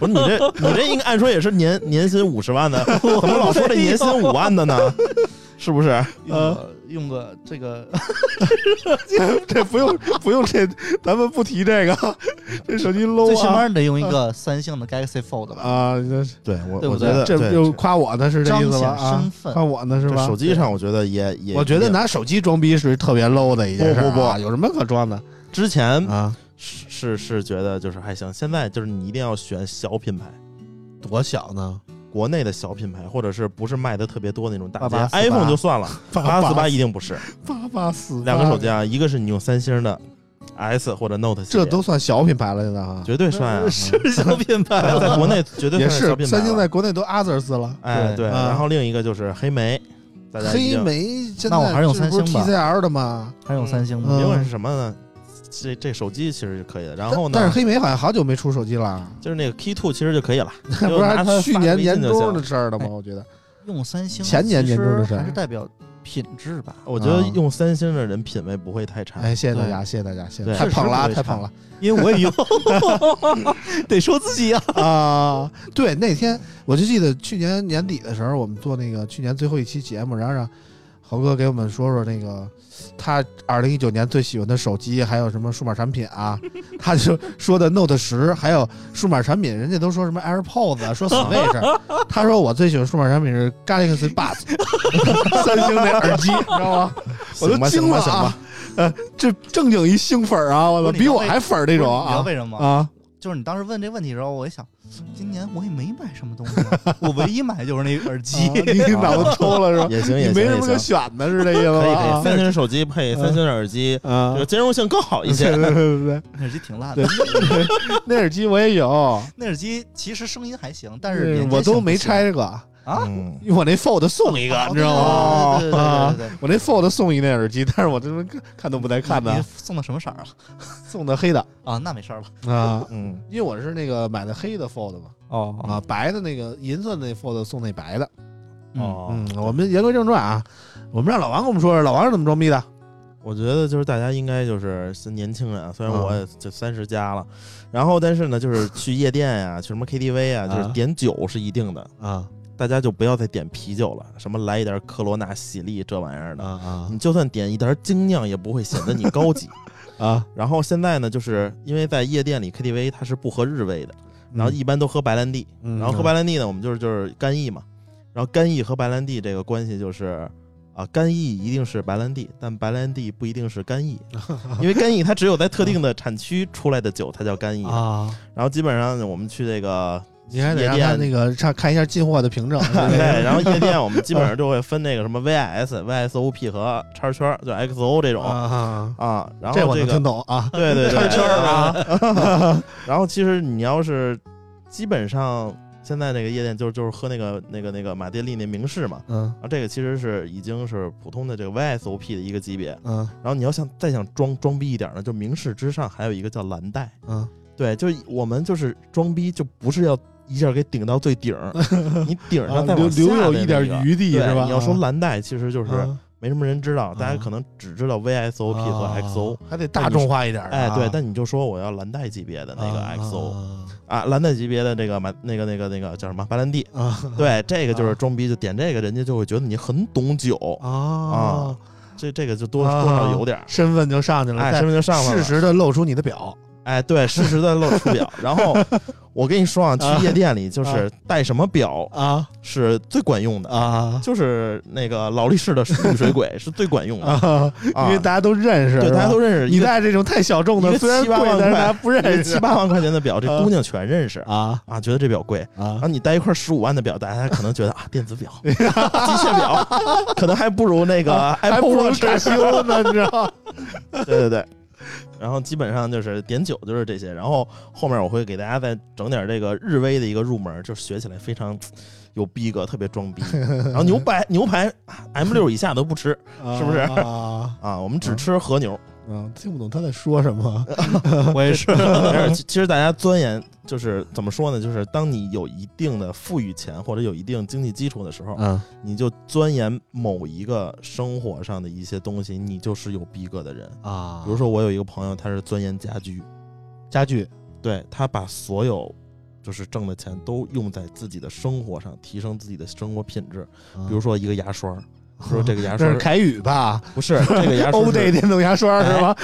[SPEAKER 4] 不是你 <laughs> 这，你这应该按说也是年年薪五十万 <laughs> 的，怎么老说这年薪五万的呢？ <laughs> 是不是？
[SPEAKER 5] 用个用个这个
[SPEAKER 2] <laughs> 这不用不用这，咱们不提这个，这手机 low
[SPEAKER 5] 最起
[SPEAKER 2] 啊
[SPEAKER 5] 码你得用一个三星的 Galaxy Fold 吧，
[SPEAKER 2] 啊！这
[SPEAKER 4] 对我
[SPEAKER 5] 对不
[SPEAKER 4] 我觉
[SPEAKER 5] 对
[SPEAKER 4] 得
[SPEAKER 2] 这又夸我呢，是这
[SPEAKER 5] 彰
[SPEAKER 2] 意思吧？
[SPEAKER 5] 显
[SPEAKER 2] 啊
[SPEAKER 5] 身，份
[SPEAKER 2] 夸。我呢是
[SPEAKER 4] 这
[SPEAKER 2] 吧
[SPEAKER 4] 手？机上，我觉得也也，
[SPEAKER 2] 我觉得
[SPEAKER 4] 也
[SPEAKER 2] 拿手机装逼是特别 low 的一件事、啊，
[SPEAKER 4] 不不不嗯
[SPEAKER 2] 有什么可装的？
[SPEAKER 4] 之前
[SPEAKER 2] 啊，
[SPEAKER 4] 是是是觉得就是还行，现在就是你一定要选小品牌，
[SPEAKER 2] 多小呢？
[SPEAKER 4] 国内的小品牌，或者是不是卖的特别多那种大街
[SPEAKER 2] 8848
[SPEAKER 4] iPhone 就 <laughs> 算了，八四八
[SPEAKER 2] 八
[SPEAKER 4] 一定不是。
[SPEAKER 2] 八八四
[SPEAKER 4] 两个手机，啊，一个是你用三星的 S 或者 Note 系
[SPEAKER 2] 这
[SPEAKER 4] 列，
[SPEAKER 2] 都算小品牌了，现在啊，
[SPEAKER 4] 绝对帅
[SPEAKER 5] <laughs>
[SPEAKER 4] 啊！
[SPEAKER 2] 是
[SPEAKER 5] 小品牌
[SPEAKER 4] 在在国内绝对
[SPEAKER 2] 也
[SPEAKER 4] 算小
[SPEAKER 2] 是
[SPEAKER 4] 品牌了。
[SPEAKER 2] 三星在国内都 others 了。
[SPEAKER 4] 哎对，
[SPEAKER 2] 对啊
[SPEAKER 4] 然后另一个就是黑莓，大家一
[SPEAKER 2] 黑
[SPEAKER 4] 定
[SPEAKER 2] 莓现在
[SPEAKER 5] 那我还是用
[SPEAKER 2] 这不
[SPEAKER 5] 三星吧
[SPEAKER 2] TCL 的吗？
[SPEAKER 5] 还有三星吗？
[SPEAKER 2] 嗯
[SPEAKER 4] 别管是什么呢，这这手机其实就可以了。然后呢，
[SPEAKER 2] 但但是黑莓好像好久没出手机了，
[SPEAKER 4] 就是那个 Key Two 其实就可以了，
[SPEAKER 2] 那 <laughs> 不
[SPEAKER 4] 就拿它
[SPEAKER 2] 是
[SPEAKER 4] 发
[SPEAKER 2] 去年
[SPEAKER 4] 微信
[SPEAKER 2] 年
[SPEAKER 4] 就
[SPEAKER 2] 中
[SPEAKER 4] 行
[SPEAKER 2] 的事儿了吗？
[SPEAKER 5] 哎
[SPEAKER 2] 我觉得
[SPEAKER 5] 用三星
[SPEAKER 2] 前年年中的
[SPEAKER 5] 其
[SPEAKER 2] 事
[SPEAKER 5] 实
[SPEAKER 2] 儿
[SPEAKER 5] 还是代表品质
[SPEAKER 2] <laughs>
[SPEAKER 5] 吧。
[SPEAKER 4] 我觉得
[SPEAKER 2] 啊
[SPEAKER 4] 用三星的人品味不会太差。
[SPEAKER 2] 哎，谢谢大家，谢谢大家，谢谢
[SPEAKER 4] 啊对
[SPEAKER 2] 太捧了啊，
[SPEAKER 4] 确实
[SPEAKER 2] 太捧了
[SPEAKER 5] 因为我也用，得说自己啊。
[SPEAKER 2] 啊！对，那天我就记得去年年底的时候，我们做那个去年最后一期节目，然后让豪哥给我们说说那个他二零一九年最喜欢的手机，还有什么数码产品啊？ <laughs> 他就说的 Note 十，还有数码产品，人家都说什么 AirPods，啊说 Switch，他说我最喜欢数码产品是 Galaxy Buds，三星那耳机，你知道吗？ <laughs> 我都
[SPEAKER 4] 行吧
[SPEAKER 2] 惊
[SPEAKER 4] 行吧
[SPEAKER 2] 了
[SPEAKER 4] 行
[SPEAKER 2] 啊
[SPEAKER 4] 吧！
[SPEAKER 2] 呃，这正经一星粉儿啊，我
[SPEAKER 5] 不
[SPEAKER 2] 操，
[SPEAKER 5] 是
[SPEAKER 2] 比
[SPEAKER 5] 你
[SPEAKER 2] 我
[SPEAKER 5] 知道为
[SPEAKER 2] 还粉儿那种
[SPEAKER 5] 你知道
[SPEAKER 2] 啊
[SPEAKER 5] 为什么吗？
[SPEAKER 2] 啊！
[SPEAKER 5] 就是你当时问这问题的时候，我一想，今年我也没买什么东
[SPEAKER 2] <laughs>
[SPEAKER 5] 西啊、我唯一买的就是那耳机。
[SPEAKER 2] 啊你脑子抽了是吧？
[SPEAKER 4] 也行 <laughs> 也
[SPEAKER 2] 啊
[SPEAKER 4] 行
[SPEAKER 2] 你没
[SPEAKER 4] 也
[SPEAKER 2] 什么可
[SPEAKER 4] 行，
[SPEAKER 2] 选的，是这意思吧？
[SPEAKER 4] 可以可以，
[SPEAKER 2] 以
[SPEAKER 4] 三星手机配三星的耳机，
[SPEAKER 2] 啊
[SPEAKER 4] 这个，兼容性更好一
[SPEAKER 2] 对
[SPEAKER 4] 些。
[SPEAKER 2] 对对对
[SPEAKER 5] <laughs> 那耳机挺烂
[SPEAKER 2] 对
[SPEAKER 5] 的，
[SPEAKER 2] 对，那耳机我
[SPEAKER 4] <laughs>
[SPEAKER 2] 也有，
[SPEAKER 5] 那耳机其实声音还行，但是
[SPEAKER 2] 嗯
[SPEAKER 5] 连接
[SPEAKER 2] 我
[SPEAKER 5] 性
[SPEAKER 2] 都
[SPEAKER 5] 不
[SPEAKER 2] 没
[SPEAKER 5] 行。
[SPEAKER 4] <laughs>
[SPEAKER 2] 拆过，
[SPEAKER 5] 啊
[SPEAKER 2] <laughs>
[SPEAKER 4] 嗯，
[SPEAKER 2] 因为我那 Fold 送一个，你知道吗？
[SPEAKER 5] 哦对对对
[SPEAKER 2] 啊
[SPEAKER 5] 对对对对
[SPEAKER 2] 我那 Fold 送一那耳机，但是我这边看都不带看
[SPEAKER 5] 你
[SPEAKER 2] 的，
[SPEAKER 5] 送的什么色儿啊？
[SPEAKER 2] 送的
[SPEAKER 4] <laughs>
[SPEAKER 2] 黑的
[SPEAKER 5] 啊，那没事儿了。
[SPEAKER 2] 啊，
[SPEAKER 4] 嗯，
[SPEAKER 2] 因为我是那个买的黑的 Fold 嘛，
[SPEAKER 5] 哦
[SPEAKER 2] 啊，白的那个银色的那 Fold 送那白的。 <laughs>
[SPEAKER 5] 哦，
[SPEAKER 4] 哦
[SPEAKER 2] 嗯，，我们言归正传啊，我们让老王跟我们说说，老王是怎么装逼的？
[SPEAKER 4] 我觉得就是大家应该就是是年轻人啊，虽然
[SPEAKER 2] 啊
[SPEAKER 4] 我也就三十加了，然后但是呢，就是去夜店呀、去什么 KTV 啊，
[SPEAKER 2] 啊
[SPEAKER 4] 就是点酒是一定的，
[SPEAKER 2] 啊
[SPEAKER 4] 大家就不要再点啤酒了，什么来一点科罗娜、喜力这玩意儿的，
[SPEAKER 2] 啊
[SPEAKER 1] 嗯
[SPEAKER 4] 你就算点一点精酿，也不会显得你高级。
[SPEAKER 2] 啊！
[SPEAKER 4] 然后现在呢，就是因为在夜店里 KTV 它是不喝日威的，嗯然后一般都喝白兰地，
[SPEAKER 2] 嗯
[SPEAKER 4] 然后喝白兰地呢，我们就是就是干邑嘛，然后干邑和白兰地这个关系就是啊，干邑一定是白兰地，但白兰地不一定是干
[SPEAKER 2] <laughs>
[SPEAKER 4] 邑，因为干邑它只有在特定的产区出来的酒才叫干邑。
[SPEAKER 2] 啊，
[SPEAKER 4] 然后基本上呢我们去这个
[SPEAKER 2] 你还得让
[SPEAKER 4] 夜
[SPEAKER 2] 他
[SPEAKER 4] 店
[SPEAKER 2] 那个上看一下进货
[SPEAKER 4] <laughs>
[SPEAKER 2] 的凭证，
[SPEAKER 4] 对，然后夜店我们基本
[SPEAKER 2] <laughs>
[SPEAKER 4] 上就会分那个什么 VS、VSOP 和叉圈，就 XO 这种啊
[SPEAKER 2] 啊，
[SPEAKER 4] 然后
[SPEAKER 2] 这我能
[SPEAKER 4] 个
[SPEAKER 2] 听懂
[SPEAKER 4] <laughs>
[SPEAKER 2] 啊。
[SPEAKER 4] 对对对，
[SPEAKER 2] 圈儿
[SPEAKER 4] 啊。 <laughs> 然后其实你要是基本上现在那个夜店就是就是喝那个那个那个马爹利那明式嘛，
[SPEAKER 2] 嗯
[SPEAKER 4] 啊，这个其实是已经是普通的这个 VSOP 的一个级别。
[SPEAKER 2] 嗯
[SPEAKER 4] 然后你要想再想装装逼一点呢，就明式之上还有一个叫蓝带。
[SPEAKER 2] 嗯，
[SPEAKER 4] 对，就是我们就是装逼，就不是要一下给顶到最顶儿，你顶上再
[SPEAKER 2] 留
[SPEAKER 4] 往下
[SPEAKER 2] 留
[SPEAKER 4] 的
[SPEAKER 2] 有
[SPEAKER 4] 那
[SPEAKER 2] 一点
[SPEAKER 4] 个
[SPEAKER 2] 余地
[SPEAKER 4] 对
[SPEAKER 2] 是吧？嗯
[SPEAKER 4] 你要说蓝带，其实就
[SPEAKER 2] 就是
[SPEAKER 4] 没什么人知道，大家
[SPEAKER 2] 啊
[SPEAKER 4] 可能只知道 VSOP 和 XO。
[SPEAKER 2] 还得大众化一点啊。
[SPEAKER 4] 哎，对，但你就说我要蓝带级别的那个 XO
[SPEAKER 2] 啊
[SPEAKER 4] 啊，蓝带级别的这个马那个那个那个叫什么白兰地，
[SPEAKER 2] 啊
[SPEAKER 4] 对，这个就是装逼，就点这个，人家就会觉得你很懂酒， <laughs>
[SPEAKER 2] 啊，
[SPEAKER 4] 这这个就多
[SPEAKER 2] 啊嗯
[SPEAKER 4] 多少有点儿，
[SPEAKER 2] 身份就上去了，
[SPEAKER 4] 哎，
[SPEAKER 2] 再
[SPEAKER 4] 身份就上来
[SPEAKER 2] 适
[SPEAKER 4] 了，
[SPEAKER 2] 时的露出你的表
[SPEAKER 4] 哎，对，适时的露出
[SPEAKER 2] <laughs>
[SPEAKER 4] 表。然后我跟你说啊，
[SPEAKER 2] 啊
[SPEAKER 4] 去夜店里就是带什么表
[SPEAKER 2] 啊
[SPEAKER 4] 是最管用的，
[SPEAKER 2] 啊
[SPEAKER 4] 就是那个劳力士的绿水
[SPEAKER 2] <laughs>
[SPEAKER 4] 鬼是最管用的，
[SPEAKER 2] 啊，因
[SPEAKER 4] 啊
[SPEAKER 2] 为大家都认识，
[SPEAKER 4] 对，
[SPEAKER 2] 是
[SPEAKER 4] 大
[SPEAKER 2] 吧
[SPEAKER 4] 家都认识。
[SPEAKER 2] 你
[SPEAKER 4] 一个
[SPEAKER 2] 带这种太小众
[SPEAKER 4] 一
[SPEAKER 2] 的，
[SPEAKER 4] 个
[SPEAKER 2] 虽然
[SPEAKER 4] 七八
[SPEAKER 2] 贵，
[SPEAKER 4] 万
[SPEAKER 2] 但是
[SPEAKER 4] 块
[SPEAKER 2] 大家不认
[SPEAKER 4] 一个
[SPEAKER 2] 识
[SPEAKER 4] 七八万块钱的表，这姑娘全认识
[SPEAKER 2] 啊
[SPEAKER 4] 啊，觉得这表贵。
[SPEAKER 2] 啊
[SPEAKER 4] 然后你带一块十五万的表，大家可能觉得啊，电子表、机械表，可能还不如那个 Apple
[SPEAKER 2] 啊不如
[SPEAKER 4] Watch
[SPEAKER 2] 卡西欧呢，你知道
[SPEAKER 4] <laughs>
[SPEAKER 2] 吗？
[SPEAKER 4] 对对对。然后基本上就是点酒就是这些，然后后面我会给大家再整点这个日威的一个入门，就是学起来非常有逼格，特别装逼。然后牛排牛排 M 六以下都不吃是不是
[SPEAKER 2] 啊？
[SPEAKER 4] 啊，我们只吃和牛。
[SPEAKER 2] 嗯，听不懂他在说什么。
[SPEAKER 4] 呃
[SPEAKER 5] 我也是。
[SPEAKER 4] 而且其其实大家钻研就是怎么说呢？就是当你有一定的富裕钱或者有一定经济基础的时候，
[SPEAKER 2] 嗯
[SPEAKER 4] 你就钻研某一个生活上的一些东西，你就是有逼格的人。
[SPEAKER 2] 啊
[SPEAKER 4] 比如说我有一个朋友，他是钻研家居。
[SPEAKER 2] 家具
[SPEAKER 4] 对他把所有就是挣的钱都用在自己的生活上，提升自己的生活品质。
[SPEAKER 2] 嗯
[SPEAKER 4] 比如说一个牙刷儿，比如说这个牙
[SPEAKER 2] 这
[SPEAKER 4] 刷
[SPEAKER 2] 是 <laughs>
[SPEAKER 4] 儿
[SPEAKER 2] 凯宇吧？
[SPEAKER 4] 不是这个牙刷
[SPEAKER 2] 嗯欧 day
[SPEAKER 4] 是哎
[SPEAKER 2] 电动牙刷是吧？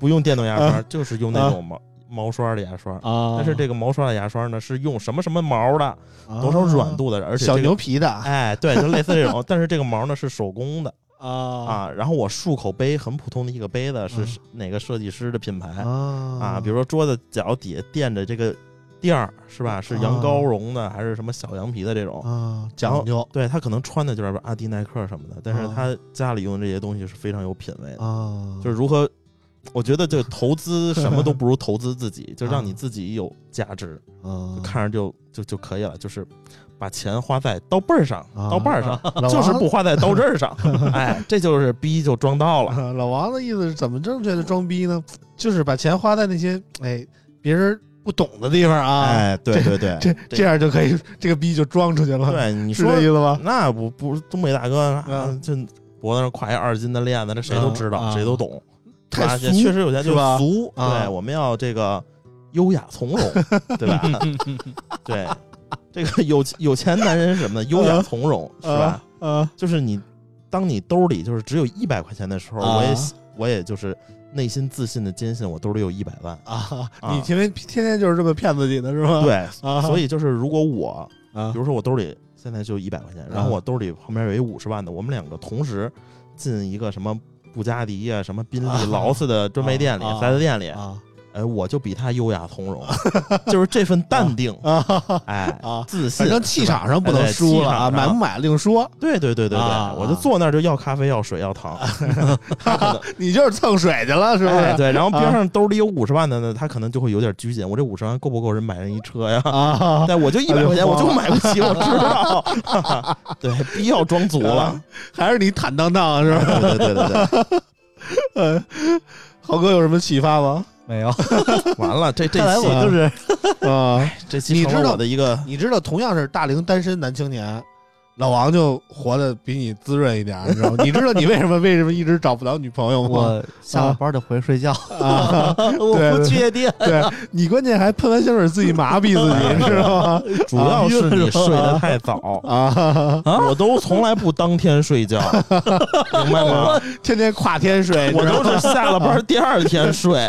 [SPEAKER 4] 不用电动牙刷，就是用那种毛毛刷的牙刷。
[SPEAKER 2] 嗯啊
[SPEAKER 4] 但是这个毛刷的牙刷呢，是用什么什么毛的，多少软，度的，而且
[SPEAKER 2] 啊
[SPEAKER 4] 这
[SPEAKER 2] 小
[SPEAKER 4] 个哎
[SPEAKER 2] 牛皮的
[SPEAKER 4] 哎，对，就类似这种。但是这个毛呢是手工的，
[SPEAKER 1] 啊
[SPEAKER 4] 啊。然后我漱口杯很普通的一个杯子
[SPEAKER 2] 嗯
[SPEAKER 4] 是哪个设计师的品牌啊？比如说桌子脚底下垫着这个垫儿是吧？是羊羔绒的还是什么小羊皮的这种？
[SPEAKER 2] 啊，讲究
[SPEAKER 4] 对他可能穿的就是阿迪耐克什么的，但是
[SPEAKER 2] 啊
[SPEAKER 4] 他家里用的这些东西是非常有品位的，
[SPEAKER 2] 啊，
[SPEAKER 4] 就是如何。我觉得就投
[SPEAKER 2] <laughs>
[SPEAKER 4] 资什么都不如投资自己，就让你自己有价值。
[SPEAKER 2] 啊
[SPEAKER 4] 就，看着就就就可以了，就是把钱花在刀背儿上，
[SPEAKER 2] 啊
[SPEAKER 4] 刀把儿上，
[SPEAKER 2] 老
[SPEAKER 4] 就是
[SPEAKER 2] 王
[SPEAKER 4] 不花在刀刃儿上，哎，这就是逼就装到了。
[SPEAKER 2] 啊老王的意思是怎么正确的装逼呢？就是把钱花在那些哎别人不懂的地方啊，
[SPEAKER 4] 哎，对对对，
[SPEAKER 2] 这这样就可以，这个逼就装出去了，，
[SPEAKER 4] 对你
[SPEAKER 2] 是
[SPEAKER 4] 说
[SPEAKER 2] 这意
[SPEAKER 4] <laughs>
[SPEAKER 2] 思吧？
[SPEAKER 4] 那不不东北大哥
[SPEAKER 2] 啊
[SPEAKER 4] 啊，这脖子上挎一二斤的链子，这谁都知
[SPEAKER 2] 啊
[SPEAKER 4] 道，
[SPEAKER 2] 啊
[SPEAKER 4] 谁都懂。
[SPEAKER 2] 太
[SPEAKER 4] 啊
[SPEAKER 2] 俗
[SPEAKER 4] 也确实有些就是
[SPEAKER 2] 吧
[SPEAKER 4] 俗，
[SPEAKER 2] 啊
[SPEAKER 4] 对，我们要这个优雅从容，对吧？
[SPEAKER 2] <laughs>
[SPEAKER 4] 对，这个有有钱男人是什么的，优雅从容是吧？
[SPEAKER 2] 啊
[SPEAKER 4] 就是你，当你兜里就是只有一百块钱的时候，
[SPEAKER 2] 啊
[SPEAKER 4] 我也我也就是内心自信的坚信我兜里有一百万。
[SPEAKER 2] 啊！
[SPEAKER 4] 啊
[SPEAKER 2] 你天天天天就是这么骗自己的是吗？
[SPEAKER 4] 对，
[SPEAKER 2] 啊，
[SPEAKER 4] 所以就是如果我，
[SPEAKER 2] 啊
[SPEAKER 4] 比如说我兜里现在就一百块钱，然后我兜里旁边有一五十万的，我们两个同时进一个什么布加迪啊、什么宾
[SPEAKER 2] 啊
[SPEAKER 4] 利、劳斯的专卖店里
[SPEAKER 2] 啊、
[SPEAKER 4] 4S 店里，
[SPEAKER 2] 啊
[SPEAKER 4] 哎，我就比他优雅从容，就是这份淡定， <laughs>
[SPEAKER 2] 啊
[SPEAKER 4] 哎，
[SPEAKER 2] 啊！
[SPEAKER 4] 自信
[SPEAKER 2] 反，正气场上不能
[SPEAKER 4] 哎对
[SPEAKER 2] 输了
[SPEAKER 4] 气
[SPEAKER 2] 啊，
[SPEAKER 4] 场上
[SPEAKER 2] 买不买另说，
[SPEAKER 4] 对对对对对，
[SPEAKER 2] 啊
[SPEAKER 4] 我就坐那儿就要咖啡、要水、要糖，
[SPEAKER 2] <laughs> 你就是蹭水去了是不
[SPEAKER 4] 哎，
[SPEAKER 2] 是？
[SPEAKER 4] 对，然后边
[SPEAKER 2] 啊
[SPEAKER 4] 上兜里有五十万的呢，他可能就会有点拘谨。我这五十万够不够人买人一车呀？ <laughs>
[SPEAKER 2] 啊，
[SPEAKER 4] 但我就一百块钱，
[SPEAKER 2] 我
[SPEAKER 4] 我
[SPEAKER 2] 就
[SPEAKER 4] 就
[SPEAKER 2] 慌
[SPEAKER 4] 买不起，我知道。 <laughs> 对，必要装足
[SPEAKER 2] <laughs>
[SPEAKER 4] 了。
[SPEAKER 2] 还是你坦荡荡是吧？
[SPEAKER 4] 对对对对
[SPEAKER 2] 呃， <laughs> 豪哥有什么启发 <laughs> 吗？
[SPEAKER 5] 没有，
[SPEAKER 4] 对，完了，这这
[SPEAKER 5] 看来
[SPEAKER 4] 期
[SPEAKER 5] 我就是
[SPEAKER 2] 啊，
[SPEAKER 4] 这期
[SPEAKER 2] 你
[SPEAKER 4] 成
[SPEAKER 2] 知
[SPEAKER 4] 了
[SPEAKER 2] 道
[SPEAKER 4] 我的一个
[SPEAKER 2] 你知道，同样是大龄单身男青年，老王就活得比你滋润一点儿，你知道 <laughs> 吗？你知道你为什么为什么一直找不着女朋友吗？
[SPEAKER 5] 我下了班就回去睡觉，
[SPEAKER 2] 啊，
[SPEAKER 5] <laughs> 我不确定。
[SPEAKER 2] 对你关键还喷完香水自己麻痹自 <laughs> 己，你知道吗？
[SPEAKER 4] 主要是你睡得太早，
[SPEAKER 2] 啊，
[SPEAKER 4] 我都从来不当天睡觉，明白吗？
[SPEAKER 2] 天天跨天睡， <laughs> 你
[SPEAKER 4] 我
[SPEAKER 2] 知道
[SPEAKER 4] 都
[SPEAKER 2] 吗
[SPEAKER 4] 是下了班第二天睡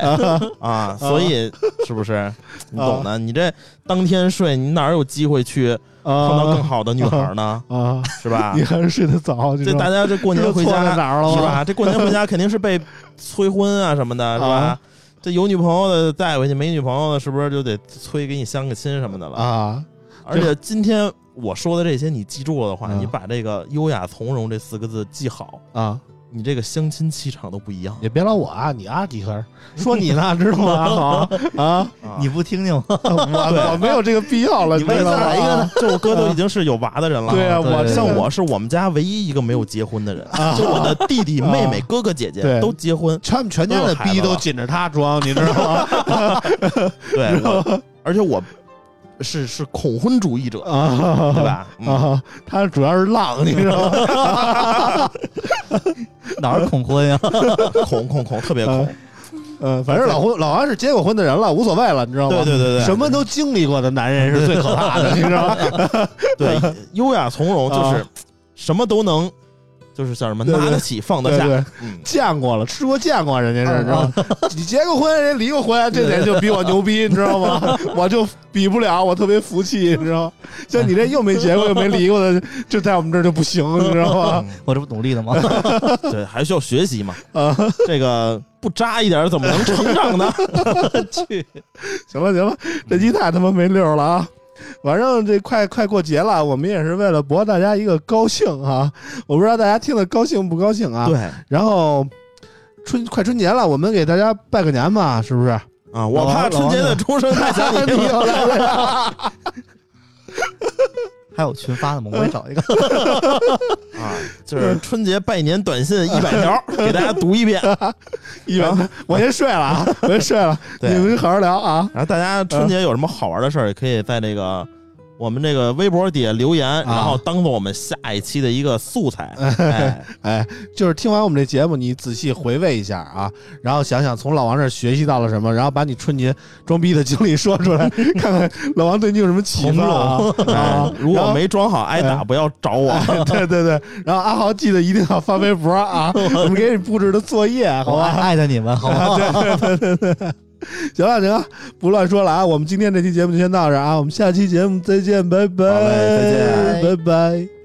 [SPEAKER 4] 啊，所以是不是你懂的？你这当天睡，你哪有机会去碰到更
[SPEAKER 2] 啊
[SPEAKER 4] 好的女孩呢？
[SPEAKER 2] 啊，
[SPEAKER 4] 是吧
[SPEAKER 2] 你？还是睡得早，你知
[SPEAKER 4] 这
[SPEAKER 2] 道
[SPEAKER 4] 大
[SPEAKER 2] 吗
[SPEAKER 4] 家这过年回
[SPEAKER 2] 知道错在
[SPEAKER 4] 家
[SPEAKER 2] 哪儿了吗
[SPEAKER 4] 是吧？这过年回家肯定是被催婚啊什么的，是
[SPEAKER 2] 啊
[SPEAKER 4] 吧？这有女朋友的带回去，没女朋友的，是不是就得催给你相个亲什么的了？
[SPEAKER 2] 啊
[SPEAKER 4] 而且今天我说的这些，你记住了的话，
[SPEAKER 2] 嗯
[SPEAKER 4] 你把这个“优雅从容”这四个字记好，
[SPEAKER 2] 啊，
[SPEAKER 4] 你这个相亲气场都不一样。
[SPEAKER 2] 也别老我啊，你啊几分儿，说你呢，知道 <laughs> 吗？啊，
[SPEAKER 4] 啊
[SPEAKER 5] 你不听听吗？
[SPEAKER 2] <laughs> 我我没有这个必要呃了，
[SPEAKER 5] 你为
[SPEAKER 2] 知道
[SPEAKER 5] 了
[SPEAKER 2] 吗
[SPEAKER 5] 哪一个呢？
[SPEAKER 4] 就啊我哥都已经是有娃的人了，
[SPEAKER 2] 啊对啊，
[SPEAKER 5] 对
[SPEAKER 2] 我
[SPEAKER 5] 对
[SPEAKER 4] 像
[SPEAKER 2] 这个
[SPEAKER 4] 我是我们家唯一一个没有结婚的人，就我的弟弟、妹妹、哥哥、姐
[SPEAKER 2] 啊对
[SPEAKER 4] 姐都结婚，
[SPEAKER 2] 他们全家的逼都紧着他装，你知道吗？ <laughs>
[SPEAKER 4] 对，我而且我是是恐婚主义者，
[SPEAKER 2] 啊，
[SPEAKER 4] 对？吧？嗯
[SPEAKER 2] 啊，他主要是浪，你知道吗？
[SPEAKER 5] 哪儿恐婚呀？
[SPEAKER 4] 恐恐恐，特别恐。
[SPEAKER 2] 嗯，反正老婚老王是结过婚的人了，无所谓了，你知道吗？
[SPEAKER 4] 对对对对
[SPEAKER 2] 什么都经历过的男人是最可怕的，你知道吗？
[SPEAKER 4] 对，优雅从容就是什么都能，就是叫什么
[SPEAKER 2] 对对
[SPEAKER 4] 拿得起放得
[SPEAKER 2] 对
[SPEAKER 4] 下。
[SPEAKER 2] 对，
[SPEAKER 4] 嗯，
[SPEAKER 2] 见过了，吃过见过，人家是，知道吗？ <laughs> 你结过婚，人家离过婚，这点就比我牛逼，你知
[SPEAKER 4] <laughs>
[SPEAKER 2] 道吗？我就比不了，我特别服气，你知道吗？像你这又没结过又没离过的，就在我们这儿就不行，你知道
[SPEAKER 4] <laughs>
[SPEAKER 2] 吗？
[SPEAKER 5] 我这不努力呢吗？ <laughs>
[SPEAKER 4] 对，还需要学习嘛。
[SPEAKER 2] 啊，
[SPEAKER 4] 这个不扎一点怎么能成长呢？ <laughs>
[SPEAKER 5] 去，
[SPEAKER 2] 行了行了，这期太他妈没溜儿了啊！反正这快快过节了，我们也是为了博大家一个高兴啊！我不知道大家听得高兴不高兴啊？。
[SPEAKER 4] 对
[SPEAKER 2] 然后春快春节了，我们给大家拜个年吧，是不是？
[SPEAKER 4] 啊，我怕春节的钟声太响，你
[SPEAKER 2] <laughs> 你又来了
[SPEAKER 5] 还有群发的吗？我也找一个。
[SPEAKER 4] 啊，就是春节拜年短信一百 <laughs> 条，给大家读一遍。
[SPEAKER 2] 一 <laughs> 般我先睡了啊，我先睡了，你
[SPEAKER 4] 对
[SPEAKER 2] 们好好聊啊。
[SPEAKER 4] 然后大家春节有什么好玩的事儿，也可以在这个。我们这个微博底下留言，然后当做我们下一期的一个素材。哎，
[SPEAKER 2] 哎，就是听完我们这节目，你仔细回味一下啊，然后想想从老王这儿学习到了什么，然后把你春节装逼的经历说出 <laughs> 来，看看老王对你有什么启发 <laughs> 啊。
[SPEAKER 4] 哎
[SPEAKER 2] 啊
[SPEAKER 4] 如
[SPEAKER 2] 然
[SPEAKER 4] 果
[SPEAKER 2] 后
[SPEAKER 4] 没装好挨打，不要找我。
[SPEAKER 2] 哎对对对，然后 <laughs> 阿豪记得一定要发微博 <laughs> 啊，我们给你布置的作业，啊好
[SPEAKER 5] 我
[SPEAKER 2] 吧？
[SPEAKER 5] 爱着你们，好吗？
[SPEAKER 2] 行了行了，不乱说了啊，我们今天这期节目就先到这儿啊，我们下期节目再见，拜拜，
[SPEAKER 4] 嘞再
[SPEAKER 5] 见
[SPEAKER 2] 拜拜。